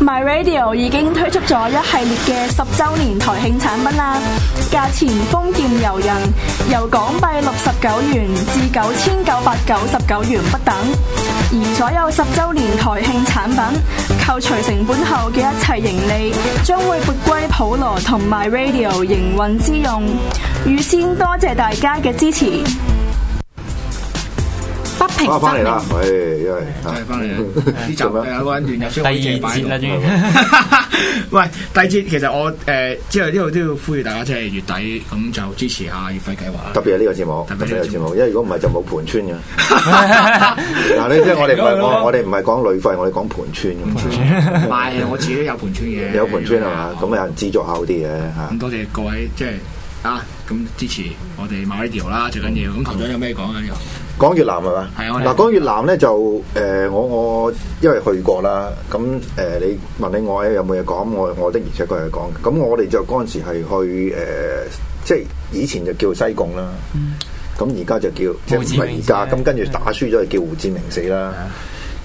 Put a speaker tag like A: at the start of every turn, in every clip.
A: My Radio 已經推出咗一系列嘅十週年台慶產品啦，價錢豐儉由人，由港幣六十九元至九千九百九十九元不等。而所有十週年台慶產品扣除成本後嘅一切盈利，將會撥歸普羅同 My Radio 營運之用。預先多謝大家嘅支持。不平
B: 翻
A: 則
B: 翻嚟
A: 鳴
B: 啦，。唉，因為
C: 真係翻
B: 嗯
C: 嚟啦！呢集有個人亂入
D: 第
C: 先，
D: 二節啦，終於
C: 喂，第二節其實我誒之後呢度都要呼籲大家，即係月底咁就支持下月費計劃啦。
B: 特別係呢個節目，
C: 特別
B: 特別係呢個
C: 呢
B: 節
C: 個節
B: 目，因為如果唔係就冇盤村嘅。 嗱，你即係我哋唔係我我哋唔係講旅費，我哋講盤村咁。
C: 唔係，我自己都有盤村嘅，
B: 有盤村係嘛？咁有啊人資助下好啲嘅嚇
C: 咁。多謝各位即係啊咁支持我哋 My Radio 啦，最緊
B: 嗯
C: 要。咁頭長有咩講啊？呢個
B: 講越南係嘛？
C: 係我哋
B: 嗱，講越南咧就誒、呃我我因為去過啦，咁誒、呃你問你我有冇嘢講，我我的而且確係講。咁我哋就嗰陣時係去誒、呃即係以前就叫西貢啦。咁而家就叫即係唔係而家，咁跟住打輸咗就叫胡志明死啦。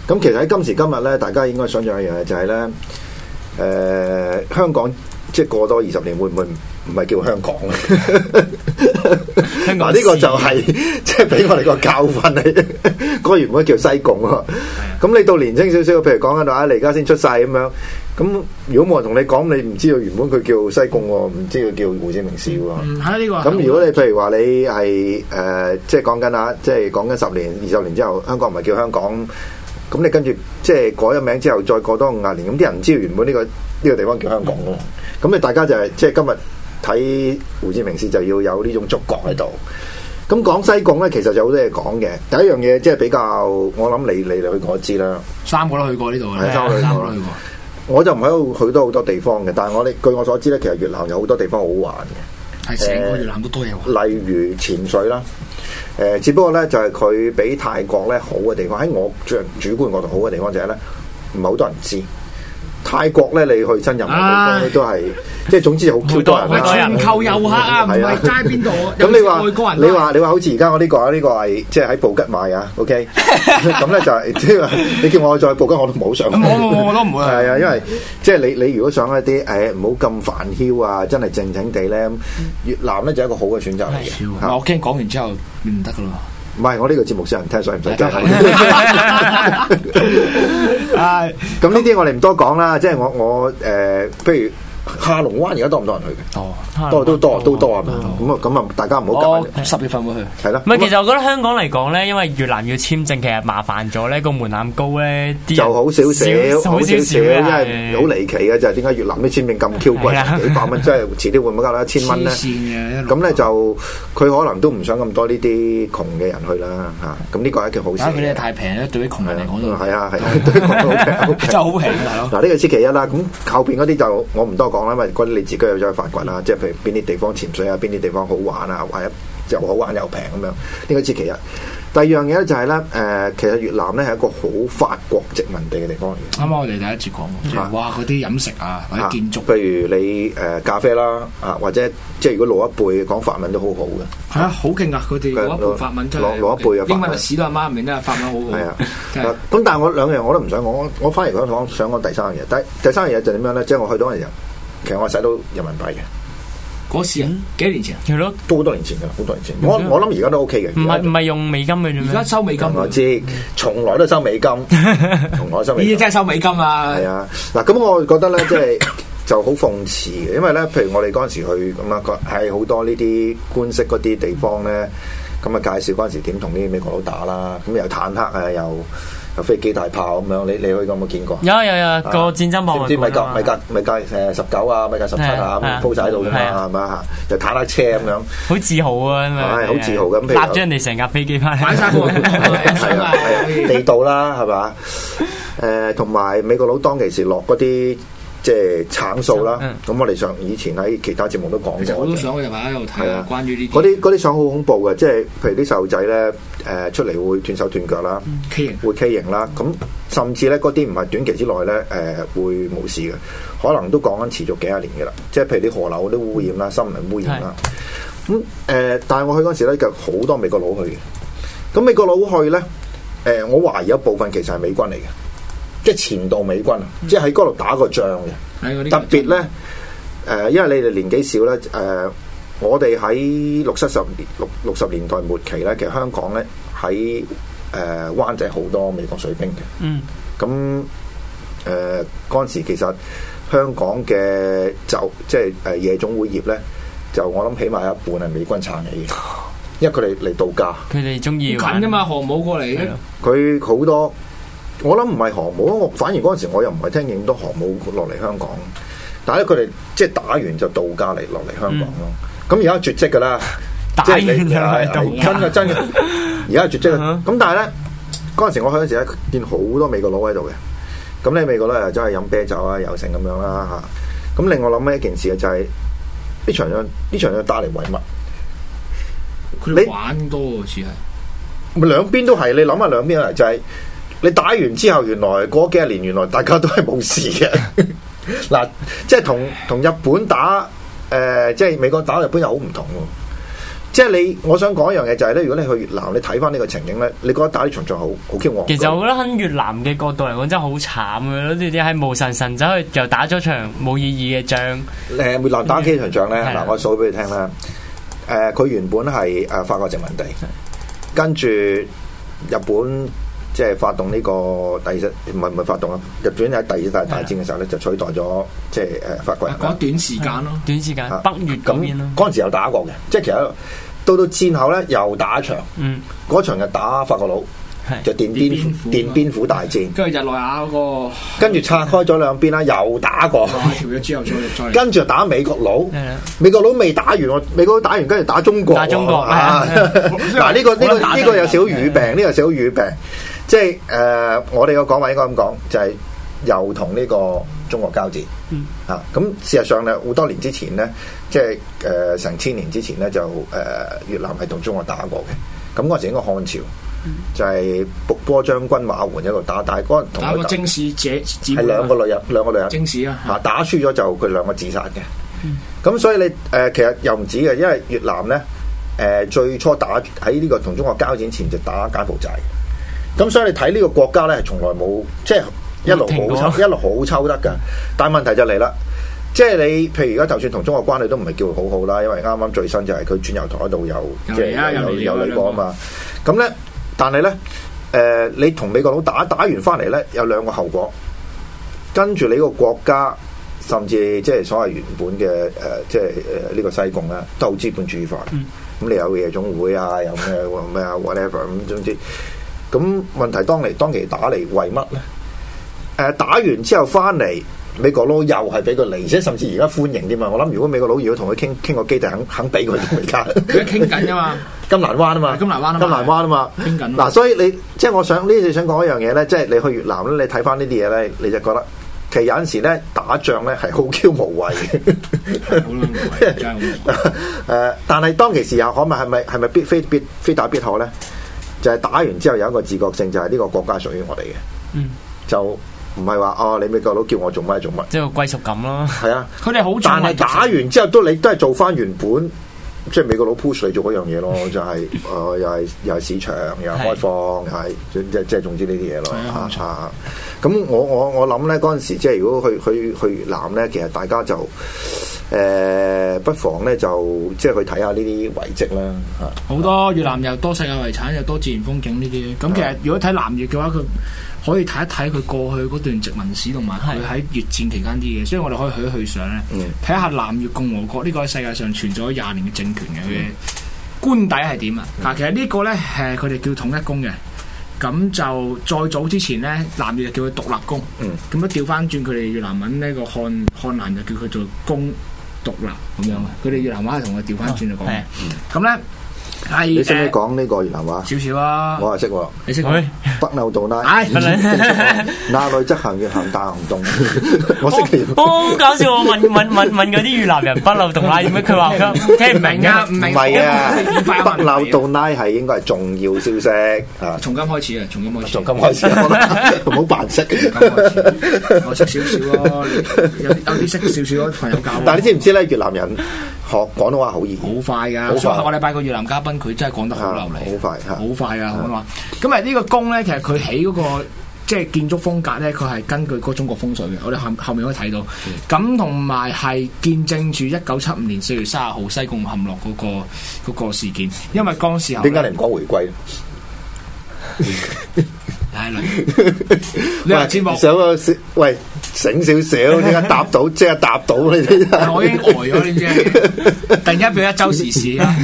B: 咁其實喺今時今日咧，大家應該想象一樣嘢就係咧，誒、香港即係過多二十年會唔會唔係叫香港咧？
D: 香
B: 嗱
D: 港
B: 呢個
D: 市
B: 就係 即係俾我哋個教訓你， 嗰個原本叫西貢喎。咁你到年青少少，譬如講緊到啊，你而家先出世咁樣，咁如果冇人同你講，你唔知道原本佢叫西貢喎，唔知佢叫胡志明市喎。
C: 嗯，係啊 呢個
B: 咁如果你譬如話你係誒、呃即係講緊啊，即係講緊十年、二十年之後，香港唔係叫香港，咁你跟住即係改咗名之後，再過多五廿年，咁啲人唔知道原本呢、個呢、個地方叫香港嘅喎。咁你大家就係、即係今日睇胡志明市就要有呢種觸覺喺度。咁講西貢咧，其實就好多嘢講嘅。第一樣嘢即係比較，我諗你你去過知啦。
C: 三個都去過呢度
B: 係
C: 啦，
B: 三個都去過
C: 三個都去過。
B: 我就唔喺度去到好多地方嘅，但係我哋據我所知咧，其實越南有好多地方好玩嘅。
C: 係成個越南都多嘢玩，
B: 例如潛水啦。誒、只不過咧就係佢比泰國咧好嘅地方，喺我主主觀角度好嘅地方就係咧，唔係好多人知。泰國咧，你去親任何地方咧
C: 唉
B: 都係，即係總之好 Q 多人
D: 好
B: 啦
D: 多人
C: 全球遊客啊，唔係街邊度。
B: 咁你話
C: 有外國人啊
B: 你話你話好似而家我呢個呢個係即係喺布吉買 啊，OK？咁咧就係即係話你叫我再布吉我都唔好想。
C: 我我我都唔會去
B: 係啊，因為即係你你如果想一啲誒唔好咁煩囂啊，真係靜靜地咧，越南咧就係一個好嘅選擇嚟嘅。
C: 唔
B: 嚇
C: 係我驚講完之後唔得噶咯。
B: 唔係，我呢個節目少人聽，所以唔使驚。
C: 唉，
B: 咁呢啲我哋唔多講啦，即係我我誒、呃譬如下龍灣而家多唔多人去
C: 哦，
B: 嘅？多都多，都多啊嘛。咁啊咁啊，大家唔好
D: 我
B: 夾，
C: 十月份會去。
B: 係啦。
D: 唔係，其實我覺得香港嚟講咧，因為越南要簽證其實麻煩咗咧，個門檻高咧，啲人
B: 啊就好少少，
D: 好
B: 好
D: 少
B: 少
D: 少
B: 少，
D: 啊，
B: 因為好離奇嘅就係點解越南啲簽證咁 Q
D: 係
B: 貴，
D: 啊
B: 幾百蚊，即係遲啲會唔會加到一千蚊咧
C: 黐？線嘅一路
B: 咁咧就佢可能都唔想咁多呢啲窮嘅人去啦嚇，咁呢個係一件好事
C: 啊！佢哋
B: 嚟嘅。
C: 太平咧，對於窮人嚟講都
B: 係啊係啊，對我 都 OK，OK
C: 真係好平啊 大佬。
B: 嗱，呢個星期一啦，咁後邊嗰啲就我唔多講啦，因為嗰啲你自己有咗去發掘啦，即係譬如邊啲地方潛水啊，邊啲地方好玩啊，或者又好玩又平咁樣，呢個星期一。第二樣嘢咧就係、咧，誒、其實越南咧係一個好法國殖民地嘅地方嚟嘅。
C: 啱啱我哋第一次講過，即
B: 啊
C: 係哇嗰啲飲食啊，或者建築
B: 啊譬如你誒、呃咖啡啦，啊或者即係如果老一輩講法文都好好嘅，
C: 係啊，好勁啊！佢哋
B: 佢
C: 攞一
B: 攞
C: 背法文真
B: 攞
C: 係
B: 攞一背嘅法文
C: 英文歷史都阿媽唔明得，法文好好。
B: 係 啊。
C: 真係
B: 嗱咁但係我兩樣我都唔想講，我我反而想講想講第三樣嘢。第第三樣嘢就點樣咧？即係我去到嗰陣時候，其實我係使到人民幣嘅。
C: 嗰時
B: 嗯
C: 啊幾多年前啊，
D: 係咯，
B: 都好多年前㗎啦，好多年前。我我諗而家都 OK 嘅。
D: 啊唔係唔係用美金嘅
C: 而
D: 啫
C: 家
D: 咩？
C: 收美金啊，
B: 嗯我知，從來都 收美金，從來收美
C: 咦
B: 金。
C: 真係收美金啊！
B: 係啊，嗱，咁我覺得咧，即係就好諷刺嘅，因為咧，譬如我哋嗰陣時去咁啊，喺好多呢啲官式嗰啲地方咧，咁啊介紹嗰陣時點同啲美國佬打啦，咁又坦克啊，又又飛機大炮咁樣，你你去有冇見過？
D: 有有有個
B: 啊
D: 戰爭
B: 知唔
D: 博
B: 知米
D: 物
B: 格
D: 館
B: 米格米格誒十九啊，米格十七啊，
D: 係啊
B: 咁鋪晒喺度㗎
D: 係啊
B: 嘛，係咪啊？又坦克車咁樣。
D: 好自豪啊，咁
B: 係好自豪咁譬如
D: 搭咗人哋成架飛機翻嚟，
C: 買晒哎 個
B: 係 啊，係啊，地道啦，係嘛？誒，同埋美國佬當其時落嗰啲即係橙數啦
D: 嗯。
B: 咁我哋上以前喺其他節目都講過
C: 其實好多
B: 嘅
C: 相我就喺度睇
B: 係
C: 啊
B: 啊，
C: 關於呢
B: 嗰
C: 啲
B: 啲嗰啲相好恐怖嘅，即係譬如啲細路仔咧，誒、出嚟會斷手斷腳啦，
C: 畸形
B: 會畸形啦，咁甚至咧嗰啲唔係短期之內咧，誒、會冇事嘅，可能都講緊持續幾廿年嘅啦，即係譬如啲河流嗰啲污染啦、森林污染啦，咁誒、但係我去嗰陣時咧，就好多美國佬去嘅，咁美國佬去咧，誒、我懷疑一部分其實係美軍嚟嘅，即係前度美軍啊，即係喺嗰度打過仗嘅。
C: 哎喺嗰啲
B: 特別咧，誒、因為你哋年紀少咧，誒、我哋喺六七十年六六十年代末期咧，其實香港咧喺誒灣仔好多美國水兵嘅。
D: 嗯，
B: 咁誒嗰陣時其實香港嘅酒即係誒夜總會業咧，就我諗起碼有一半係美軍撐起嘅，因為佢哋嚟度假，
D: 佢哋中意
C: 近噶嘛，航母過嚟
B: 啊
D: 係咯
B: 佢好多。我諗唔係航母，我反而嗰陣時我又唔係聽見咁多航母落嚟香港，但係咧佢哋即係打完就度假嚟落嚟香港咯。咁而家絕跡㗎啦，
D: 嗯 打
B: 即
D: 完
B: 係
D: 就
B: 你
D: 係度
B: 真嘅真嘅，啊而家係絕跡
D: 嗯
B: 啦。咁但係咧，嗰陣時我去嗰陣時咧，見好多美國佬喺度嘅。咁咧美國佬又真係飲啤酒啊，又成咁樣啦嚇。咁令我諗起一件事嘅啊就係呢場仗，呢場仗打嚟為乜？
C: 佢哋
B: 你
C: 玩多喎似係。
B: 咪啊兩邊都係，你諗下兩邊嚟啊就係、你打完之後，原來過幾十年，原來大家都係冇事嘅。 嗱，即係同同日本打，誒、呃即係美國打日本又好唔同喎。即係你，我想講一樣嘢就係、咧，如果你去越南，你睇翻呢個情景咧，你覺得打呢場仗好好 Q 戇居
D: 其實我覺得喺越南嘅角度嚟講真係好慘嘅咯，呢啲係無神神走去又打咗場冇意義嘅仗，
B: 誒越南打機場仗咧，
D: 係啊
B: 嗱我數俾你聽啦。誒、佢原本係誒、法國殖民地，跟住日本即係發動呢、個第二次唔係唔係發動啊，日本喺第二次大戰嘅時候咧，就取代咗即係誒、法國人啦。
C: 啊嗰一段時間咯，
D: 短時間
B: 啊
D: 北越啊嗰邊咯
B: 咁，嗰陣時又打過嘅，即係其實到到戰後咧又打一場，
D: 嗯，
B: 嗰場就打法國佬，
D: 係
B: 就奠
C: 奠
B: 邊
C: 邊
D: 啊
C: 府
B: 奠邊府大戰，
C: 跟住日內瓦 嗰個
B: 跟住拆開咗兩邊啦，又打過，
D: 哦
C: 哇跳咗之後再再嚟，
B: 跟住就打美國佬。
D: 係啦，
B: 美國佬未打完喎，美國佬打完跟住打中國喎，
D: 打中國
B: 啊
D: 係啊
B: 嗱呢個呢個
C: 打
B: 呢
C: 中
B: 個
C: 國
B: 有少語病，呢個有少語病，即係誒、呃我哋個講法應該咁講，就係、又同呢個中國交戰。
D: 嗯
B: 啊，咁事實上咧，好多年之前咧，即係誒成千年之前咧，就誒、呃越南係同中國打過嘅。咁嗰陣時應該漢朝，
D: 嗯
B: 就係伏波將軍馬援一路打，但係嗰陣同
C: 打個
B: 佢打
C: 正史姐姊妹
B: 係兩個女人，兩個女人。
C: 啊正史啊，
B: 啊打輸咗就佢兩個自殺嘅。咁、所以你誒、呃其實又唔止嘅，因為越南咧誒、呃最初打喺呢個同中國交戰前就打柬埔寨嘅，咁所以你睇呢個國家咧係從來冇即係一路
D: 停過
B: 好抽一路好抽得㗎，但係問題就嚟啦。即係你，譬如而家就算同中國關係都唔係叫好好啦，因為啱啱最新就係佢轉油台嗰度有
C: 又
B: 即
C: 嚟啦
B: 係有
C: 又嚟
B: 有
C: 啦
B: 嚟過啊嘛。咁咧，但係咧，誒、你同美國佬打打完翻嚟咧，有兩個後果。跟住你個國家，甚至即係所謂原本嘅誒、呃即係誒呢個西貢啦，都好資本主義化。咁、你有夜總會啊，有咩咩啊 whatever 咁總之，咁問題當嚟當期打嚟為乜咧？誒、打完之後翻嚟。美國佬又係俾佢嚟，而且甚至而家歡迎添啊嘛。我諗如果美國佬如果同佢傾 傾個基地，肯肯俾佢 都而家。
C: 佢而家傾緊啊嘛，
B: 金蘭灣啊嘛，
C: 係金蘭灣啊嘛
B: 金蘭灣啊嘛，
C: 傾緊
B: 嗱，所以你即係我想呢次想講一樣嘢咧，即係你去越南咧，你睇翻呢啲嘢咧，你就覺得其實有陣時咧打仗咧係好 Q 無謂嘅。
C: 好啦，無謂真係好無謂
B: 誒，呃但係當其時又可咪係咪係咪必非必非打必可咧？就係、打完之後有一個自覺性，就係、呢個國家屬於我哋嘅，
D: 嗯，
B: 就唔係話哦你美國佬叫我做乜就做乜，
D: 即係個歸屬感 咯，
B: 係啊。
C: 佢哋好
B: 但
C: 重
B: 係打完之後都你都係做翻原本，即係美國佬 push 你做嗰樣嘢 咯，就係、呃又係又係市場，又係
D: 係
B: 開放，又係即即即係總之呢啲嘢咯
C: 係啊冇錯
B: 嚇嚇。咁我我我諗咧嗰陣時，即係如果去去去越南咧，其實大家就誒、呃不妨咧就即係去睇下呢啲遺跡啦啊嚇。
C: 好多越南又多世界遺產，又多自然風景呢啲。咁其實如果睇南越嘅話，佢可以睇一睇佢過去嗰段殖民史同埋佢
D: 係
C: 喺越戰期間啲嘢，所以我哋可以去一去相咧
B: 嗯，
C: 睇下南越共和國呢個喺世界上存在咗廿年嘅政權嘅佢嘅官邸係點啊？嗱，其實呢個咧誒，佢哋叫統一宮嘅。咁就再早之前咧，南越就叫佢獨立宮。
B: 嗯
C: 咁樣調翻轉佢哋越南文呢個漢漢蘭就叫佢做宮獨立咁樣嘅。佢哋越南話係同我調翻轉就講嘅。
D: 係
C: 咁咧，
B: 你
C: 係
B: 識唔識
C: 誒
B: 講呢個越南話？
C: 少少啊，
B: 我係識 喎，
C: 你識講
D: 喂，
B: 北漏洞拉，
C: 唉
D: 不能
B: 那內則行越行大行 動，我識
D: 我我好哦搞笑，我問問問問嗰啲越南人不漏洞拉點樣，佢話佢聽唔明
C: 明啊，
D: 㗎
C: 唔。明
B: 唔係啊， 北漏
C: 到
B: 洞拉係應該係重要消息啊，
C: 從今開始啊，從今開始，
B: 從今開始，唔好扮識。
C: 從今開始，我識少少咯，你有有啲識少少咯，朋友教我。
B: 但係你知唔知咧？越南人學廣東話好易，
C: 好啊快
B: 好
C: 㗎，
B: 快
C: 所以下個禮拜個越南嘉賓佢真係講得好流利，
B: 啊好快嚇
C: 好快㗎，好啊嘛。咁啊呢個宮咧，其實佢起嗰個即係建築風格咧，佢係根據嗰個中國風水嘅，我哋後後面可以睇
B: 嗯
C: 到。咁同埋係見證住一九七五年四月三十號西貢陷落嗰個嗰個事件，因為嗰時候
B: 點解
C: 咧
B: 你唔講回歸？
C: 唉女旅遊節目
B: 喂。想個喂醒少 少，即刻答到，即刻答到你 啲
C: 但。我已經呆咗，你知唔 知？突然間變咗一周時事啦。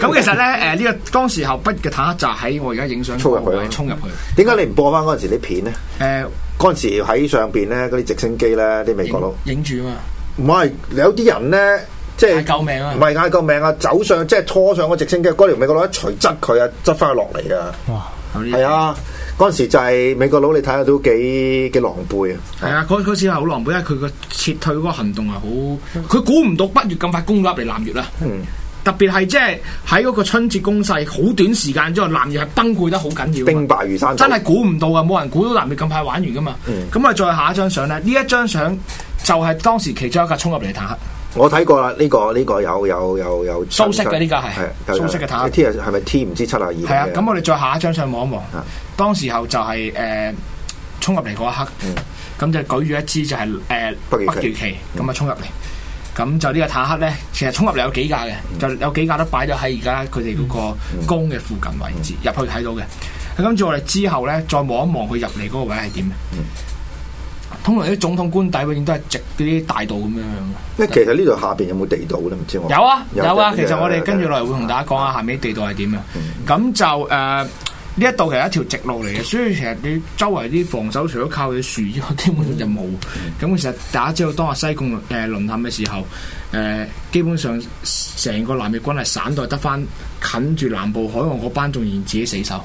C: 咁其實咧，誒呢個當時候畢嘅坦克就喺我而家影相嗰個位衝
B: 衝
C: 入
B: 入啊
C: 去。
B: 點解你唔播翻嗰陣時啲片咧？
C: 誒
B: 嗰陣時喺上邊咧，嗰啲直升機咧，啲美國佬
C: 影影住啊
B: 唔
C: 嘛，
B: 係有啲人咧，即係
C: 嗌救命啊
B: 唔係嗌救命啊！走上即係拖上個直升機，嗰條美國佬一錘執佢啊，執翻佢落嚟噶。
C: 有啲
B: 係，啊，嗰陣時就係美國佬，你睇下都幾幾狼狽啊！
C: 係啊，嗰嗰次係好狼狽，因為佢個撤退嗰個行動係啊好，佢估唔到北越咁快攻咗入嚟南越啦。
B: 嗯
C: 特別係即係喺嗰個春節攻勢好短時間之後，南越係崩潰得好緊要啊嘛。
B: 兵敗如山倒
C: 真係估唔到啊！冇人估到南越咁快玩完噶嘛。
B: 嗯
C: 咁啊，再下一張相咧，呢一張相就係當時其中一架衝入嚟嘅坦克。
B: 我睇過啦，呢個呢個有有有有
C: 蘇式嘅呢個係蘇式嘅坦克
B: T 係咪 T 唔知七啊二？
C: 係啊，咁我哋再下一張相望一望
B: 啊，
C: 當時候就係誒衝入嚟嗰一刻，咁就舉住一支就係誒
B: 北越旗
C: 北越旗，咁啊衝入嚟。咁就呢個坦克咧，其實衝入嚟有幾架嘅，就有幾架都擺咗喺而家佢哋嗰個宮嘅附近位置入去睇到嘅。跟住我哋之後咧，再望一望佢入嚟嗰個位係點嘅。啊通常啲總統官邸永遠都係直啲大道咁樣樣嘅。
B: 咧其實呢度下邊有冇地道咧？唔知我
C: 有啊有啊，其實我哋跟住
B: 落
C: 落嚟會同大家講下下面啲地道係點啊。咁就誒呢一度其實一條直路嚟嘅，所以其實你周圍啲防守除咗靠佢樹之外，基本上就冇。咁其實大家知道當日西貢誒、呃、淪陷嘅時候，誒、基本上成個南越軍係散到係得翻近住南部海岸嗰班，仲然自己死守。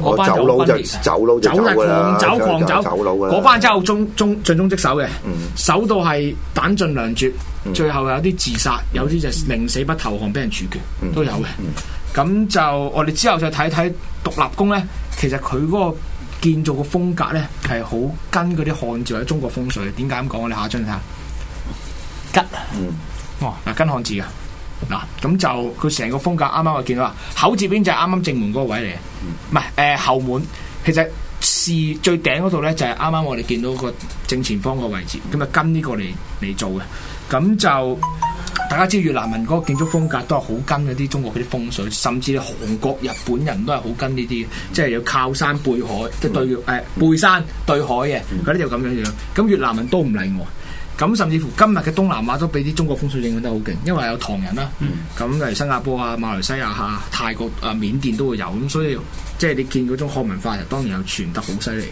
B: 我
C: 嗰班
B: 走佬
C: 好
B: 就
C: 分裂嘅
B: 走佬就
C: 走
B: 走
C: 啦，
B: 㗎啦
C: 狂走狂走，
B: 走佬㗎啦嗯
C: 嗰班真係好忠忠盡忠職守嘅，守到係彈盡糧絕，
B: 嗯
C: 最後有啲自殺，有啲就寧死不投降，俾人處
B: 嗯
C: 決都有嘅。咁就我哋之後就睇睇獨立宮咧，其實佢嗰個建造嘅風格咧係好跟嗰啲漢字或者中國風水。點解咁講？我哋下一張睇下吉，
D: 啊
C: 哦嗱跟漢字㗎。嗱，咁就佢成個風格啱啱我見到啦，口字邊就係啱啱正門嗰個位嚟嘅，唔係誒後門，其實是最頂嗰度咧就係啱啱我哋見到個正前方個位置，咁啊跟呢個嚟嚟做嘅，咁就。大家知越南人嗰個建築風格都係好跟嗰啲中國嗰啲風水，甚至韓國、日本人都係好跟呢啲嘅，即係要靠山背海，即係對誒、背山對海嘅，嗰啲就咁樣樣。咁越南人都唔例外。咁甚至乎今日嘅東南亞都俾啲中國風水影響得好勁，因為有唐人啦，咁例如新加坡啊、馬來西亞啊、泰國啊、緬甸都會有，咁所以即係你見嗰種漢文化就當然又傳得好犀利。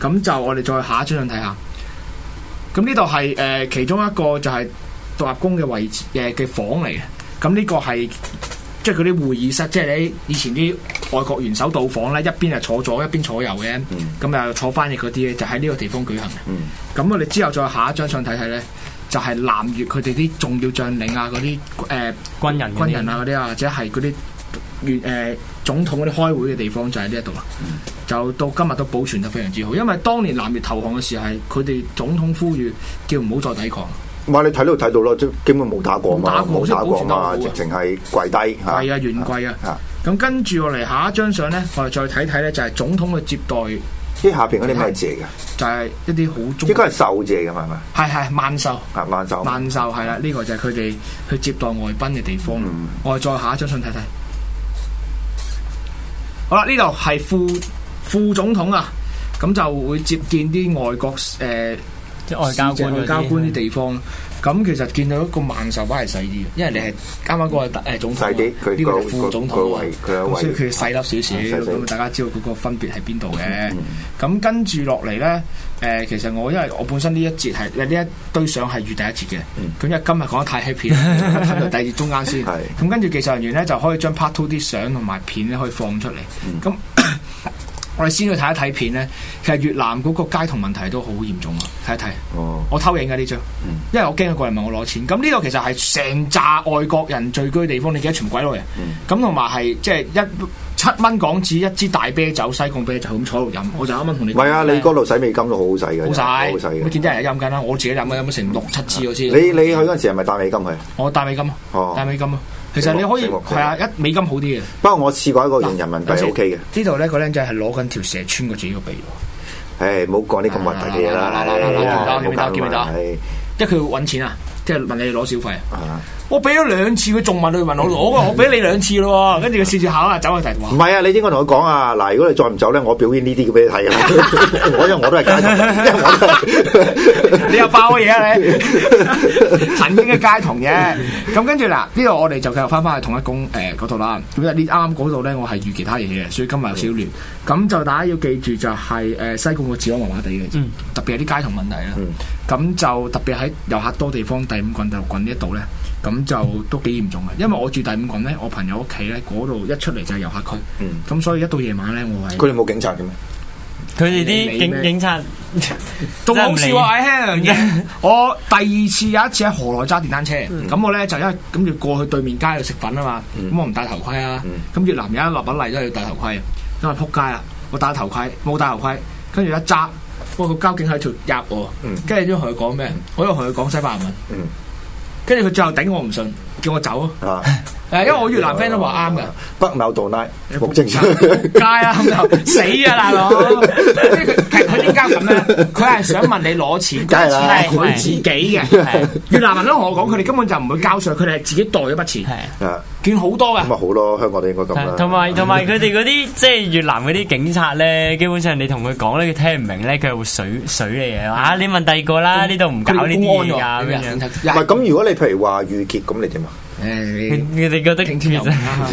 C: 咁、就我哋再下一張相睇下，咁呢度係誒其中一個就係獨立宮嘅位置誒嘅房嚟嘅，咁呢個係。即係嗰啲會議室，即係你以前啲外國元首到訪咧，一邊係坐左，一邊坐右嘅，咁啊、坐翻譯嗰啲咧，就喺呢個地方舉行嘅。咁我哋之後再下一張相睇睇咧，就係、南越佢哋啲重要將領啊，嗰啲誒
D: 軍人嗰啲
C: 軍人啊嗰啲啊，或者係嗰啲越誒總統嗰啲開會嘅地方就喺呢一度啦。就到今日都保存得非常之好，因為當年南越投降嘅時候係佢哋總統呼籲叫唔好再抵抗，
B: 唔係你睇到睇到咯，即係基本冇打過
C: 冇打
B: 嘛，
C: 過
B: 冇打過嘛，
C: 好似保存得好
B: 直
C: 啊
B: 情係跪低嚇。
C: 係啊，原貴啊。
B: 啊
C: 咁跟住落嚟下一張相咧，我哋再睇睇咧，就係總統嘅接待，
B: 啲下邊嗰啲咩字嚟嘅？
C: 就係、一啲好中
B: 應該係獸字嚟㗎嘛，係咪？
C: 係係萬壽。
B: 啊，萬獸。
C: 萬壽係啦，呢、個就係佢哋去接待外賓嘅地方。
B: 嗯
C: 我哋再下一張相睇睇。好啦，呢度係副副總統啊，咁就會接見啲外國誒、呃
D: 即係外交官嗰啲
C: 外交官啲地方。咁其實見到一個萬壽牌係細啲嘅，因為你係啱啱嗰個係誒總統啊
B: 細啲佢
C: 呢個
B: 個
C: 係副總
B: 佢
C: 統
B: 個
C: 啊
B: 位佢個位
C: 咁
B: 啊
C: 所以佢細粒少
B: 細嗯
C: 少，
B: 細
C: 咁大家知道嗰個分別喺邊度嘅。咁跟住落嚟咧，誒其實我因為我本身呢一節係呢一堆相係預第一節嘅，咁因為今日講得太 happy 啦， 咁就第二節中間
B: 嗯
C: 先。
B: 係
C: 咁跟住技術人員咧就可以將 part two 啲相同埋片咧可以放出嚟。
B: 嗯
C: 咁 我哋先去睇一睇片咧，其實越南嗰個街童問題都好嚴重啊！睇一睇，
B: 哦
C: 我偷影嘅呢張，
B: 嗯
C: 因為我驚佢過嚟問我攞錢。咁呢個其實係成扎外國人聚居嘅地方，你記得全部鬼佬嚟，
B: 嗯
C: 咁同埋係即係一七蚊港紙一支大啤酒，西貢啤酒咁坐喺度飲。我就啱啱同你
B: 唔係啊，
C: 講呢
B: 你嗰度洗美金都好好使嘅，
C: 好
B: 好
C: 晒，
B: 使
C: 你見
B: 嘅。
C: 啲人飲緊啦，我自己飲嘅飲咗成六七支嗰先。
B: 你你去嗰陣時係咪帶美金去？
C: 我帶美金啊
B: 哦，
C: 帶美金啊。其實你可以
B: 醒目醒目
C: 係啊，一美金好啲嘅。
B: 不過我試過一個用
C: 嗱
B: 人民
C: 有時
B: 幣 O K 嘅。
C: 呢度咧個僆仔係攞緊條蛇穿過自己個鼻喎。
B: 唉，唔好講啲咁核突嘅嘢啦。
C: 嗱嗱嗱嗱嗱嗱
B: 冇搞
C: 見唔見
B: 咁
C: 到
B: 啊！
C: 即係佢揾錢啊，即係問你攞小費啊。
B: 唉啊
C: 我俾咗兩次，佢仲問佢問我
B: 嗯
C: 攞啊，我俾你兩次咯喎，跟住佢試試下啦，走去提
B: 唔
C: 話。
B: 係啊，你應該同佢講啊！嗱，如果你再唔走咧，我表演呢啲嘅俾你 睇啊！我因為我都係街頭，因為我都係
C: 你又爆嘅嘢啊 你！曾經嘅街童嘅，咁跟住嗱，呢度我哋就繼續翻翻去同一公誒嗰度啦。咁呢啱啱嗰度咧，我係預其他嘢嘅，所以今日有少
B: 嗯
C: 亂。咁就大家要記住就係、誒西貢個治安麻麻地嘅，
D: 嗯
C: 特別係啲街童問題啦。
B: 嗯
C: 咁就特別喺遊客多地方第五郡、第六郡呢一度咧，咁就
B: 嗯
C: 都幾嚴重嘅。因為我住第五郡咧，我朋友屋企咧嗰度一出嚟就係遊客區，
B: 嗯
C: 咁、所以一到夜晚咧，我係
B: 佢哋冇警 察嘅咩？
D: 佢哋啲
C: 你
D: 警
C: 咩
D: 警察，
C: 仲好笑 啊！喺一樣嘢我第二次有一次喺河內揸電單車，
B: 嗯
C: 咁我咧就因為咁要過去對面街度食粉啊嘛，咁我唔戴頭盔啊，
B: 嗯
C: 咁越南人一落品嚟都係要戴頭盔，咁啊撲街啦！我戴頭盔，冇戴頭盔，跟住一揸，哇個交警喺度入我
B: 嗯，
C: 跟住之後同佢講咩？我又同佢講西班牙文
B: 嗯，
C: 跟住佢最後頂我唔順，叫我走啊！
B: 啊！
C: 誒，因為我越南 friend 都話啱嘅。
B: 北紐道拉木正
C: 街 啊，死啊，大 佬！即係佢佢點解咁咧？佢係想問你攞錢，
B: 梗係啦
C: 係佢自己嘅。越南人都同我講，佢哋根本就唔會交税，佢哋係自己袋咗筆
D: 係
C: 錢，
B: 啊！
C: 見好多嘅
B: 咁。咪好咯，香港都應該咁啊啦。
D: 同埋同埋佢哋嗰啲即係越南嗰啲警察咧，基本上你同佢講咧，佢聽唔明咧，佢會水水你嘅。啊，你問第二個啦，呢度唔搞呢啲嘢㗎咁樣。
B: 唔
C: 樣
B: 係咁，如果你譬如話預結咁，你點啊？
D: 佢
C: 誒，
D: 佢哋覺得
C: 聽天 由命啦，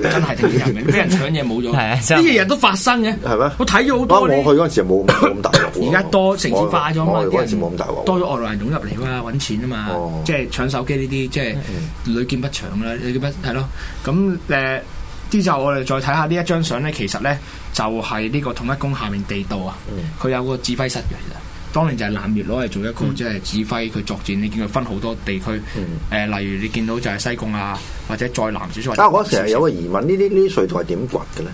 C: 真係聽天由命，俾人搶嘢冇咗。
D: 係啊真
C: 呢
D: 係
C: 日日都發生嘅，
B: 係咩
C: 我睇咗好
B: 啊！
C: 多
B: 我
C: 呢
B: 去嗰陣時冇冇咁大鑊喎
C: 而家多城市化咗嘛，
B: 我我
C: 啲
B: 嗰陣時
C: 人
B: 冇咁大鑊喎。
C: 多咗外來人湧入嚟啊嘛，揾錢啊嘛
B: 哦，嗯
C: 即係搶手機呢啲，即係屢見不長啦，屢見不係咯。咁誒之後我哋再睇下呢一張相咧，其實咧就係呢個統一宮下面地道啊，
B: 嗯
C: 佢有個指揮室嘅其實。當年就係南越攞嚟做一
B: 嗯
C: 個即係指揮佢作戰，你見佢分好多地區，誒、例如你見到就係西貢啊，或者再南少少。或者
B: 啊！我成
C: 北
B: 日
C: 少少
B: 有個疑問，呢啲呢啲隧道係點掘嘅咧？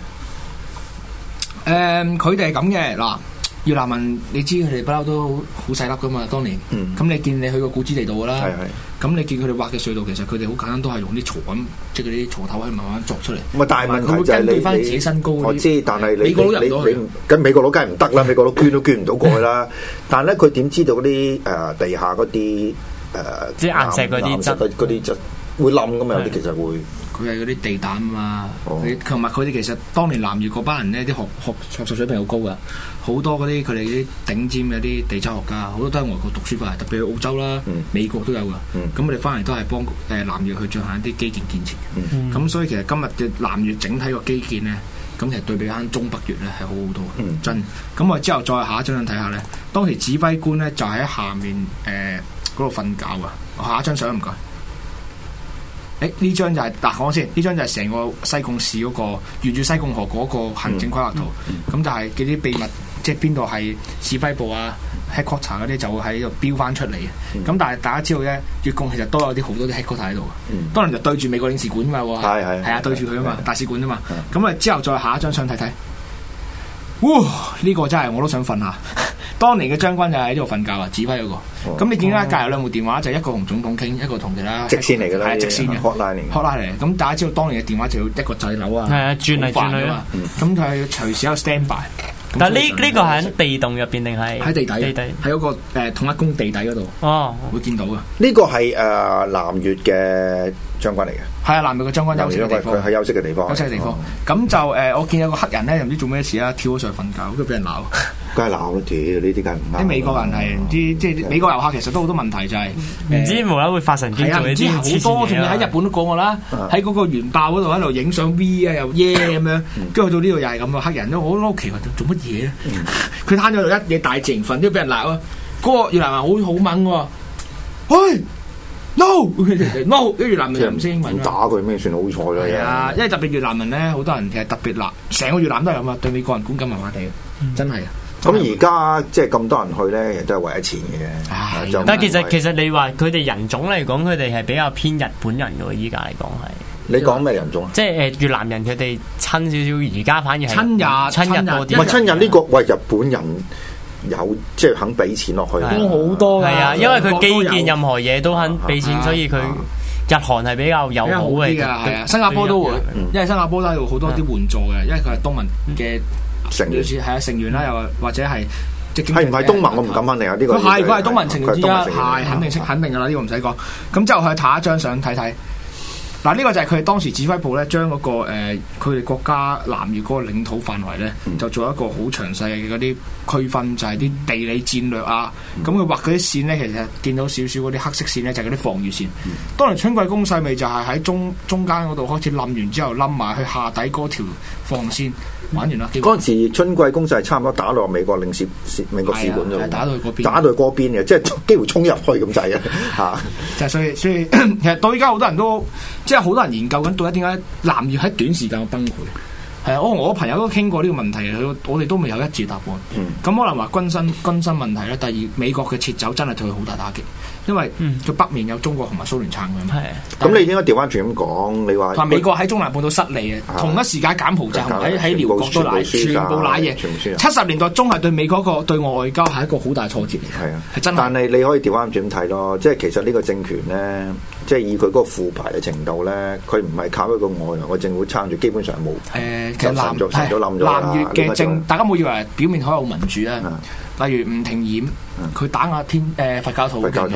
C: 誒，佢哋係咁嘅嗱。越南人，你知佢哋不嬲都好細粒噶嘛，當年。咁、
B: 嗯
C: 你見你去過古芝地道㗎啦
B: 係，係。
C: 咁你見佢哋畫嘅隧道，其實佢哋好簡單，都係用啲鋤咁，即係嗰啲鋤頭去慢慢作出嚟。
B: 唔係，啊但係
C: 同埋
B: 問題就係
C: 佢會根據
B: 你
C: 翻
B: 你
C: 自己身高嗰啲
B: 我知，但係你
C: 美國佬入唔到
B: 你
C: 去
B: 你唔咁美國佬梗係唔 得啦，美國佬捐都捐唔到過去啦。但係咧，佢點知道嗰啲誒地下嗰啲誒
D: 即係硬石嗰啲
B: 岩石
D: 質
B: 嗰嗰啲質會冧噶嘛？有啲其實會
C: 佢係嗰啲地膽啊嘛，
B: 哦
C: 佢同埋佢哋其實當年南越嗰班人呢，啲學學學術水平好高噶，好多嗰啲佢哋啲頂尖嘅啲地質學家，好多都喺外國讀書翻嚟，特別去澳洲啦、
B: 嗯
C: 美國都有噶。
B: 嗯
C: 咁佢哋翻嚟都係幫誒南越去進行一啲基建建設
B: 嗯
C: 嘅。咁、所以其實今日嘅南越整體個基建呢，咁其實對比翻中北越呢係好好多嘅，
B: 嗯
C: 真。咁我之後再下一張相睇下呢，當時指揮官呢就喺下面誒嗰度瞓覺啊。我下一張相唔該。誒呢張就係、嗱講先，呢張就係成個西貢市嗰、個沿住西貢河嗰個行政規劃圖，
B: 嗯
C: 咁、就係嗰啲秘密，即係邊度係指揮部啊、headquarter 嗰啲就會喺度標翻出嚟
B: 嗯
C: 嘅。咁、但係大家知道咧，越共其實都有啲好多啲 headquarter 喺度嘅，
B: 嗯
C: 當然就對住美國領事館嘛喎，
B: 係係
C: 係啊
B: 係
C: 對住佢啊嘛
B: 係，嗯
C: 大使館啊嘛。咁啊之後再下一張相睇睇，哇！呢、個真係我都想瞓下。啊 當年嘅將軍就喺呢度瞓覺啊，指揮嗰、個。咁你見到隔有兩部電話，就一個同總統傾，一個同其他
B: 哦直線嚟㗎啦
C: 係啊直線嘅
B: hotline 嚟㗎
C: hotline 嚟嘅。咁大家知道當年嘅電話就要一個掣樓啊，
D: 係啊轉嚟
C: 好煩㗎嘛。咁佢係隨時有 standby。
D: 但呢
C: 咁所以
D: 呢個係喺地洞入邊定係
C: 喺地底，啊
D: 地底
C: 喺嗰個誒統一宮地底嗰度
D: 哦，
C: 會見到嘅。
B: 呢個係誒南越嘅將軍嚟嘅，
C: 係啊，南美嘅將軍
B: 南
C: 休息
B: 越
C: 嘅
B: 將軍
C: 地
B: 佢
C: 方。
B: 係休哦息嘅地方，
C: 啊休息嘅地方。咁就誒，我見有個黑人咧，又唔知做咩事啦，跳咗上去瞓覺，跟住俾人鬧。
B: 梗係鬧啦，屌呢啲梗係唔啱。
C: 啲美國人係唔知，即係美國遊客其實都好多問題，就係
D: 唔知無啦啦會發神經
C: 係啊，
D: 做
C: 唔
D: 呢
C: 知
D: 啲
C: 好
D: 黐線
C: 多，仲
D: 嘢
C: 要
D: 啊
C: 喺日本都講過啦，
B: 啊
C: 喺嗰個原爆嗰度喺度影相 V 啊，又耶咁樣，
B: 嗯
C: 跟住去到呢度又係咁啊，黑人都我都好奇怪做乜嘢咧？ 佢攤咗度一嘢大情份，都俾人鬧啊！嗰個越南人好好猛喎，喂 no no，啲越南人又唔識英文
B: 唔
C: 啊
B: 打佢咩算好彩啦。
C: 係啊，因為特別越南人咧，好多人其實特別辣，成個越南都係咁啊，對美國人觀感麻麻地
D: 嗯
C: 嘅，真係啊。
B: 咁而家即係咁多人去咧，亦都係為咗錢嘅。
C: 唉
B: 啊就唔係
D: 但其實
B: 為
D: 其實你話佢哋人種嚟講，佢哋係比較偏日本人嘅喎，依家嚟講係，
B: 你講咩人種啊？
D: 即係誒越南人佢哋親少少，而家反而係
C: 親日
D: 親日多
B: 唔
D: 啲
B: 係
C: 親。
B: 親人呢個喂日本人有即係肯俾錢落去，
D: 係
C: 好多㗎
D: 係啊，因為佢基建任
C: 好
D: 何嘢都肯俾錢，所以佢日韓係比較友
C: 啊多有比較
D: 好
C: 好
D: 嘅。
C: 啲㗎，係啊，新加坡都會，
D: 嗯
C: 因為新加坡都有好多啲援助嘅，因為佢係東盟嘅
B: 成
D: 嗯
B: 員
C: 係啊成員啦，又或者係即
B: 係唔係東盟？我唔敢肯定啊！呢個
C: 佢係佢係東盟成員之一，
B: 佢係東盟成員
C: 係肯定識肯定㗎啦，呢個唔使講。咁之後去下一張相睇睇。嗱，呢個就係佢哋當時指揮部咧，將嗰個誒佢哋國家南越嗰個領土範圍咧，
B: 嗯
C: 就做一個好詳細嘅嗰啲區分，就係啲地理戰略啊。
B: 嗯
C: 咁佢畫嗰啲線咧，其實見到少少嗰啲黑色線咧，就係嗰啲防禦線。當年春季攻勢咪就係喺中中間嗰度開始冧完之後，冧埋去下底嗰條防線，玩完啦。基本
B: 嗰陣時春季攻勢係差唔多打落美國領事美國使館
C: 係啊係
B: 咗，
C: 打到去嗰邊
B: 打到去嗰邊嘅，即係幾乎衝入去咁 滯嘅嚇。
C: 就係所以所以 其實到依家好多人都即係好多人研究緊到底點解南越喺短時間崩潰。係啊，我我朋友都傾過呢個問題，佢我哋都未有一致答案。咁、
B: 嗯
C: 可能話軍身軍身問題咧，第二美國嘅撤走真係對佢好大打擊，因為佢北面有中國同埋蘇聯撐佢嘛。
D: 係啊
B: 咁你應該調翻轉咁講，你話
C: 同埋美國喺中南半島失利啊
B: 啊，
C: 同一時間柬埔寨同埋喺喺
B: 全
C: 寮
B: 部
C: 國都賴，
B: 全
C: 全
B: 部輸晒
C: 部賴嘢。
B: 全部輸
C: 七十年代中係對美國個對外外交係一個好大挫折嚟
B: 係啊，
C: 嘅，係真
B: 但
C: 係。
B: 係你可以調翻轉咁睇咯，即係其實呢個政權咧，即係以佢嗰個腐敗嘅程度咧，佢唔係靠一個外來嘅政府撐住，基本上冇。
C: 誒，呃其
B: 就
C: 實南
B: 神咗神咗冧咗啦
C: 南越
B: 呢個
C: 嘅
B: 就
C: 政，大家冇以為表面好有民主啊。例如吳庭沅，佢打壓天誒佛教徒
B: 啊佛
C: 好勁嘅，
B: 教徒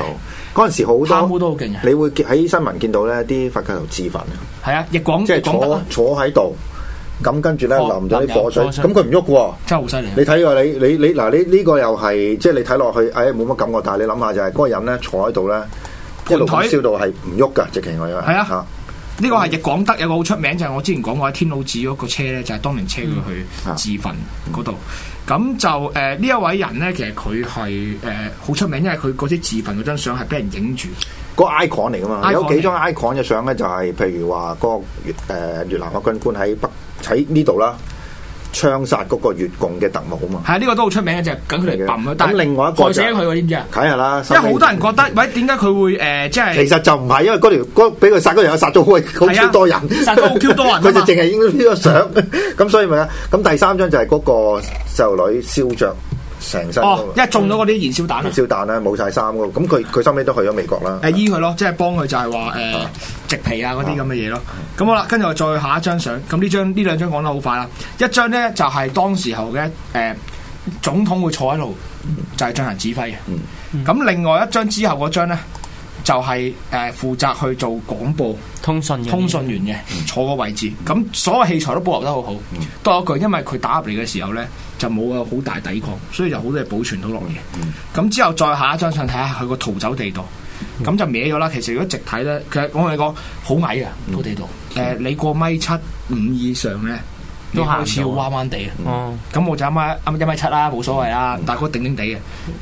B: 嗰陣時好
C: 貪
B: 多，
C: 污都好勁嘅，
B: 你會喺新聞見到咧啲佛教徒自焚，
C: 係啊，亦廣
B: 即係
C: 亦廣德
B: 坐
C: 啊，
B: 坐喺度，咁跟住咧
C: 火
B: 淋咗
C: 淋
B: 啲
C: 油
B: 火水，
D: 火水
B: 咁佢唔喐嘅喎。
C: 真係好犀利啊。
B: 你睇過你你你嗱呢呢個又係即係你睇落去，哎冇乜感覺，但係你諗下就係嗰個人咧坐喺度咧，一路咁
C: 盤腿
B: 燒到係唔喐㗎，直情我以為
C: 係啊呢個係亦廣德有個好出名，就係、我之前講過喺天老寺嗰個車咧，就係、當年車
B: 嗯啊
C: 佢去自焚嗰度。咁、就呃誒呢、一位人咧，其實佢係誒呃好出名，因為佢嗰啲自焚嗰張相係俾人影住。
B: 個 icon 嚟噶嘛，
C: icon
B: 有幾張 icon 嘅相咧，就係譬如話嗰個越誒越南嘅軍官喺北喺呢度啦，槍殺嗰個越共嘅特務啊嘛，
C: 係啊呢、個都好出名嘅，就係梗佢嚟揼
B: 咁
C: 咯。但係
B: 另外一個就
C: 害死咗佢喎，知唔知啊？
B: 睇下啦。
C: 因為好多人覺得，喂，點解佢會誒、呃即係
B: 其實就唔係，因為嗰條嗰俾佢殺嗰條友殺咗好好
C: 係啊
B: Q 多人，
C: 殺咗好 Q 多人啊嘛
B: 佢就淨係影咗呢個相，咁所以咪啊，咁第三張就係嗰個細路女燒着成身嗰個，
C: 哦，因為中咗嗰啲燃燒彈啊。
B: 燒彈啦，冇晒衫嗰個，咁佢佢收尾都去咗美國啦。
C: 誒醫佢咯，即係幫佢就係話誒植皮啊嗰啲咁嘅嘢咯。咁好啦，跟住我再下一張相。咁呢張呢兩張講得好快啦。一張咧就係、當時候嘅誒、總統會坐喺度，就係、進行指揮嘅。咁、另外一張之後嗰張咧。就係、誒、負責去做廣播
D: 通訊哦嘅嗯
C: 通訊員嘅坐個位置，咁所有器材都保留得好好。多一句，因為佢打入嚟嘅時候咧就冇個好大抵抗，所以就好多嘢保存到落
D: 嗯
C: 嚟。咁之後再下一張相睇下佢個逃走地道。
D: 嗯
C: 咁就歪咗啦。其實如果直睇咧，其實我同你講好矮啊，個地道。誒，你過米七五以上咧，
D: 嗯都
C: 你好
D: 行
C: 似
D: 唔
C: 要
D: 到啊
C: 彎彎地啊嘅。
D: 哦，
C: 咁我就一米啱一米七啦，冇所謂啦，但係嗰定定地嘅。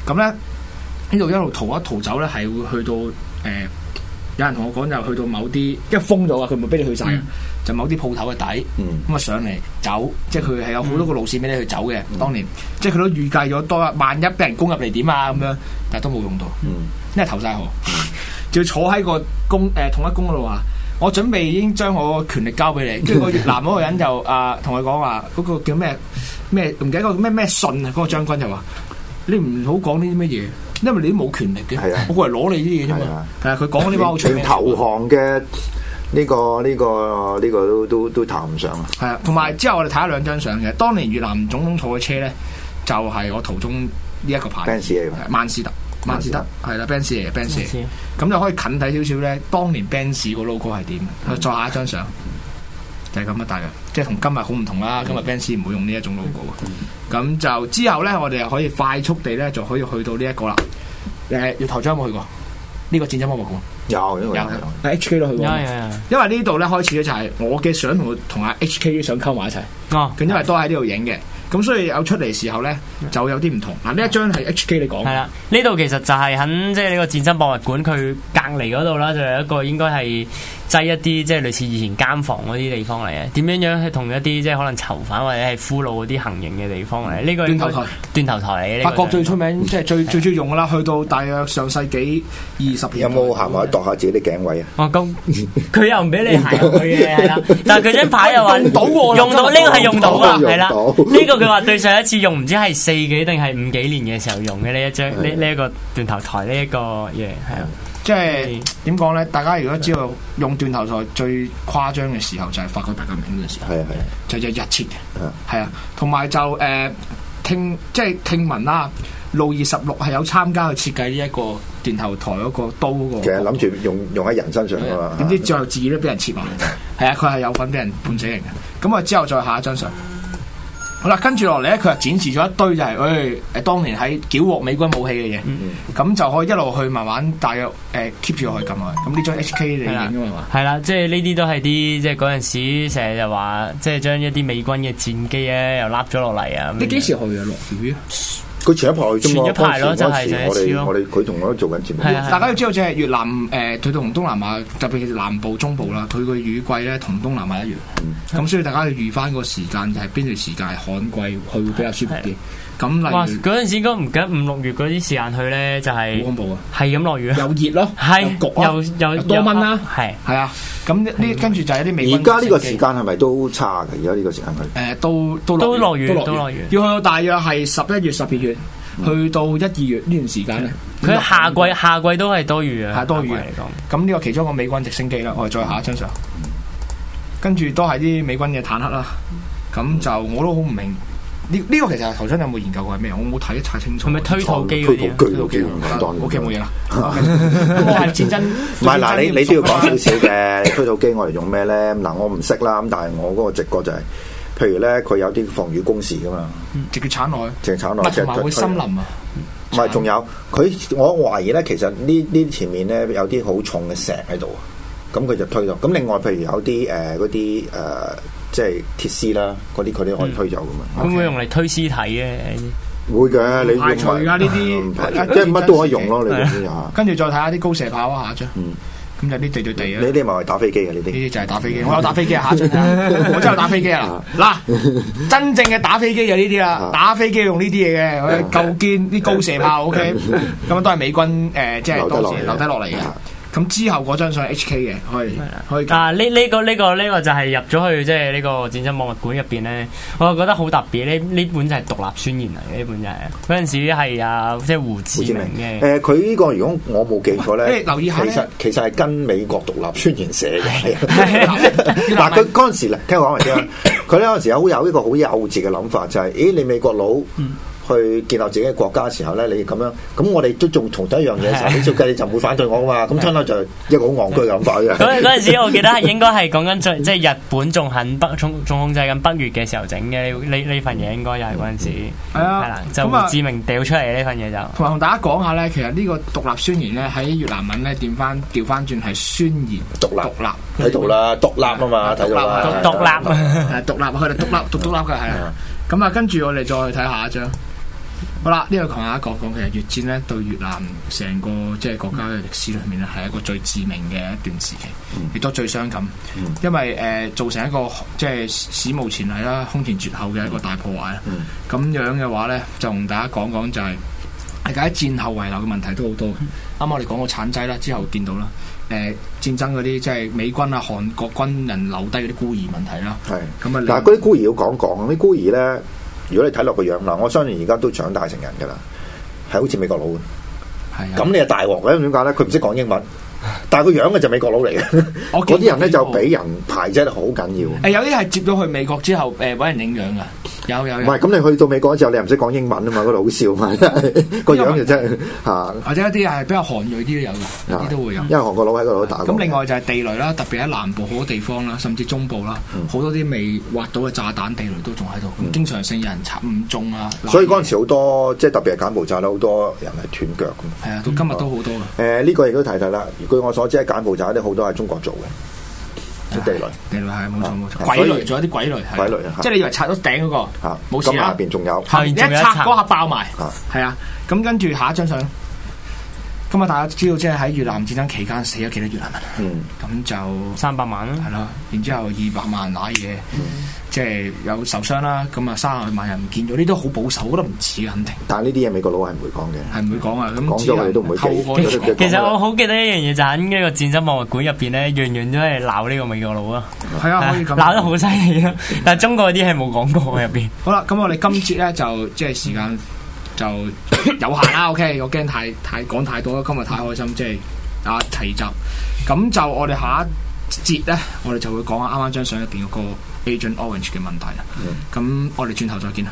C: 咁咧呢度一路逃一逃走咧，係會去到誒、呃有人同我講就去到某啲，因為封咗啊，佢唔會俾你去晒嘅，就某啲鋪頭嘅底，
B: 嗯
C: 咁啊上嚟走，即係佢係有好多個路線俾你去走嘅。
B: 嗯
C: 當年即係佢都預計咗多一萬一俾人攻入嚟點啊咁樣，但係都冇用到，
B: 嗯
C: 因為投晒河，仲要坐喺個公誒、統一公嗰度話。我準備已經將我個權力交俾你，跟住個越南嗰個 人就啊同佢講話，嗰、個叫咩咩唔記得個咩咩信啊，嗰、個將軍就話：你唔好講呢啲乜嘢，因為你都冇權力嘅。
B: 係啊
C: 我過嚟攞你啲嘢啫
B: 係
C: 嘛
B: 啊。
C: 係啊，佢講呢班好出
B: 連
C: 名。
B: 投降嘅呢個呢個呢個都都都談唔上啊！
C: 係啊，同埋之後我哋睇下兩張相嘅，當年越南總統坐嘅車咧，就係、我途中呢一個牌
B: Benz 嚟㗎
C: 係萬事特，萬事特係啦，Benz 嚟嘅，Benz 嚟嘅
D: Benz
C: 咁就可以近睇少少咧，當年 Benz 個 logo 係點？再下一張相，就係咁啊，大約即係同今日好唔同啦。今日 Benz 唔會用呢一種 logo 啊。咁就之後咧，我哋可以快速地咧就可以去到呢一個啦。誒，要台長有冇去過呢個戰爭博物館？
B: 有因為有
C: 有，HK 都去過。
D: 有
C: 因為呢度咧開始咧就係我嘅相同同阿 HK 啲相溝埋一齊，
D: 哦，
C: 咁因為都喺呢度影嘅，咁所以有出嚟時候咧就有啲唔同。嗱呢一張係 HK 你
D: 嗯係
C: 講，
D: 啦，呢度其實就係喺即係呢個戰爭博物館佢隔離嗰度啦，就有一個應該係擠一啲即係類似以前監房嗰啲地方嚟嘅，點樣樣去同一啲即係可能囚犯或者係俘虜嗰啲行刑嘅地方嚟。呢個
C: 斷頭台，
D: 斷頭台嚟嘅。呢個
C: 嗯法國最
D: 就係
C: 出名即係最最中意用噶啦，去到大約上世紀二十年代。
B: 有冇行埋去度下自己啲頸位啊？
D: 哦，咁佢又唔俾你行入去嘅，係啦。 但係佢張牌又話
C: 用到喎
D: 用到呢個係用到啊，
B: 用到
D: 係啦。
B: 用到
D: 呢個佢話對上一次用唔知係四幾定係五幾年嘅時候用嘅呢一張呢呢一個斷頭台呢一個嘢係啊。
C: 即係點講咧？大家如果知道用斷頭台最誇張嘅時候，就係法國大革命嗰陣時候，
B: 係啊係啊，
C: 就日日切嘅
B: 嗯，
C: 係啊，同埋就誒、呃、聽即係聽聞啦，路二十六係有參加去設計呢一個斷頭台嗰個刀嗰個，
B: 其實諗住用用喺人身上噶嘛。
C: 點知最後自己都俾人切埋，係啊，佢係有份俾人判死刑嘅。咁啊之後再下一張相。好啦，跟住落嚟咧，佢就展示咗一堆就係、誒、誒當年喺繳獲美軍武器嘅嘢，咁、就可以一路去慢慢大約誒 keep 住落去咁啊。咁呢張 HK 你影咗嘛？
D: 係啦，即係呢啲都係啲即係嗰陣時成日就話，即係將一啲美軍嘅戰機咧又笠咗落嚟啊！咁樣
C: 你幾時去啊？落魚啊？
B: 佢前一排去啫嘛，
D: 前一排咯
B: 嗰時嗰時
D: 就係就
B: 我
D: 係一次
B: 哋
D: 咯
B: 我哋佢同我都做緊節目。
D: 係啊
C: 大家要知道，即係越南誒，呃佢同東南亞特別係南部、中部啦，佢個雨季咧同東南亞一樣，咁所以大家要預翻個時間，就係邊段時間係旱季，佢會比較舒服啲。
D: 哇！
C: 咁例
D: 嗰陣時應該唔緊五六月嗰啲時間去咧，就
C: 如好
D: 係
C: 恐怖啊，
D: 係咁落雨啊，
C: 又熱咯，
D: 係
C: 又焗啊，
D: 又
C: 又
D: 又哦
C: 多蚊啦
D: 係
C: 係啊，咁呢呢跟住就係一啲美軍
B: 而家呢個時
C: 戰機
B: 間係咪都差嘅？而家呢個時間佢
C: 誒都都
D: 都落雨
C: 都
D: 都
C: 落
D: 落
C: 雨
D: 雨，嗯
C: 要去到大約係十一月、十二月，去到一二月呢段時間咧，
D: 佢夏季啊夏季都係多雨啊，
C: 係多雨
D: 夏季嚟
C: 咁呢個其中一個美軍直升機啦，我哋再下一張相，跟住都係啲美軍嘅坦克啦。咁就我都好唔明呢呢、個其實頭先有冇研究過係咩？我冇睇得太清楚。
D: 講，係咪推土機嗰
B: 推
D: 啲啊
B: 土機都幾唔簡單嘅
C: O K 冇 嘢啦。我係戰爭
B: 唔係嗱，你你都要講少
C: 講
B: 少嘅。推土機我哋用咩咧？嗱，我唔識啦，咁但係我嗰個直覺就係、譬如咧，佢有啲防雨工事噶嘛，
C: 直接鏟落去，
B: 淨產
C: 唔
B: 落
C: 係同埋會森林啊，
B: 唔係，仲有佢，我懷疑咧，其實呢呢前面咧有啲好重嘅石喺度啊，咁佢就推到。咁另外，譬如有啲誒嗰啲誒，呃即係鐵絲啦，嗰啲佢哋可
C: 嗯
B: 以推走噶
D: 會
B: 嘛。
D: 唔會用嚟推屍體嘅？
B: 會嘅，你
C: 唔排除㗎呢啲
B: 唔排除即係乜都可以用咯。你知下，
C: 跟住再睇下啲高射炮啊，下一張。
B: 嗯
C: 咁就啲地對地啊。
B: 你呢啲咪係打飛機嘅呢
C: 呢
B: 啲。
C: 啲就係打
B: 嗯
C: 飛機，我有打飛機啊！下一張 睇下，我真係有打飛機啊！嗱，真正嘅打飛機就呢啲啦
B: 啊，
C: 打飛機用呢啲嘢嘅，夠堅啲高射炮，OK，咁啊都係美軍誒，即係
B: 留低
C: 當
B: 落
C: 時
B: 嚟
C: 留低落嚟嘅
B: 啊。
C: 咁之後嗰張相係 HK 嘅，可以可以加。
D: 啊！呢呢個呢個呢個就係入咗去即係呢個戰爭博物館入邊咧，我覺得好特別。呢呢本就係獨立宣言嚟嘅，呢本就係嗰陣時係啊，即係胡志
B: 胡志
D: 明
B: 明
D: 嘅。
B: 誒，佢呢個如果我冇記錯咧，
C: 誒留意下
B: 其
C: 咧
B: 實其實係跟美國獨立宣言寫嘅。啊 嗱，
C: 嗱
B: 佢嗰陣時咧，聽我講埋先啦。啊佢咧嗰陣時好有一個好幼稚嘅諗法，就係、咦，你美國佬
D: 嗯
B: 去建立自己嘅國家嘅時候咧，你咁樣，咁我哋都仲同得一樣嘢嘅時候，你照計你就唔會反對我噶嘛。咁聽落就一個好戇居嘅 諗法啊啫。
D: 嗰嗰陣時，我記得係應該係講緊最即係日本仲肯北仲仲控制緊北越嘅時候整嘅呢呢呢份嘢，應該又係嗰陣時
C: 係啊
D: 係啦，就
C: 咁啊
D: 胡志明掉出嚟呢份嘢就
C: 同埋同大家講下咧，其實呢個獨立宣言咧喺越南文咧調翻調翻轉係宣言
B: 獨立
C: 獨立
B: 睇到啦，獨立啊嘛，睇到
D: 獨
B: 啦，
D: 獨立。
C: 係獨立，佢哋獨立獨獨立嘅係啊。咁啊，跟住我哋再去睇下一張。好啦，呢個講下一個講，其實越戰呢對越南成個即係國家嘅歷史裏面咧，係一個最致命嘅一段時期，亦都最傷感，因為誒、呃造成一個即係史無前例啦、空前絕後嘅一個大破壞啦。啊咁、樣嘅話呢，就同大家講講就係、大家喺戰後遺留嘅問題都好多。啱啱我哋講過產仔啦，之後見到啦，誒、戰爭嗰啲即係美軍啊、韓國軍人留低嗰啲孤兒問題啦。
B: 係
C: 咁啊
B: 嗱，嗰啲孤兒要講講，啲孤兒咧，如果你睇落個樣嗱，我相信而家都長大成人㗎啦，係好似美國佬嘅。
C: 係啊
B: 咁你係大鑊嘅，因為點解咧？佢唔識講英文，但係個樣嘅就美國佬嚟嘅。
C: 我見
B: 嗰啲人咧
C: 過
B: 就俾人排擠得好緊要。
C: 誒有啲係接咗去美國之後誒揾人影樣噶，有有
B: 唔
C: 有。
B: 係，咁你去到美國之後，你又唔識講英文啊嘛，嗰度好笑嘛， 真係個樣就真係嚇。
C: 或者一啲係比較韓裔啲都有嘅，有
B: 啊
C: 啲都會有
B: 因。為韓國佬喺嗰度打過。
C: 咁另外就係地雷啦，特別喺南部好多地方啦，甚至中部啦，
B: 嗯
C: 好多啲未挖到嘅炸彈地雷都仲喺度，咁經常性有人插唔中啊。
B: 所以嗰陣時好多，即係特別係柬埔寨啦，好多人係斷腳咁。
C: 係啊，到今日都好多嘅
B: 誒、呢、個亦都提提啦。據我所知，喺柬埔寨啲好多係中國做
C: 啊
B: 嘅，啲地雷
C: 地雷係冇錯冇錯，
B: 啊
C: 鬼
B: 所
C: 雷
B: 以
C: 仲有啲鬼雷係，
B: 鬼雷啊
C: 即係你以為拆咗頂嗰
B: 嚇
C: 個，冇
B: 咁啊
C: 事啊
B: 下
C: 啦，
B: 邊仲有
D: 下面
C: 一
D: 仲有一
C: 拆
D: 層
C: 嗰下爆埋
B: 啊，
C: 係啊，咁跟住下一張相。咁啊，大家知道即係喺越南戰爭期間死咗幾多越南人，啊
B: 嗯
C: 咁就
D: 三百萬啦，
C: 係啦，然之後二百萬攋嘢，即係有受傷啦，咁啊三十萬人唔見咗，呢都好保守，我覺得唔似嘅啊肯定
B: 但係呢啲嘢美國佬係唔會講嘅。
C: 係唔會講啊。咁
B: 講咗
C: 只能
B: 佢哋都唔會記
C: 透過呢個
B: 佢 哋
D: 其實我好記得一樣嘢就喺呢個戰爭博物館入邊咧，樣樣都係鬧呢個美國佬啊，
C: 係啊，可以咁
D: 鬧得好犀利咯。但係中國嗰啲係冇講過嘅入邊，
C: 好啦，咁我哋今節咧就即係時間就 有限啦。OK，我驚太太講太多啦，今日太開心，即係啊齊集。咁就我哋下一節咧，我哋就會講下啱啱張相入邊嗰個 Agent Orange 啊嘅問題啦。咁我哋轉頭再見啦。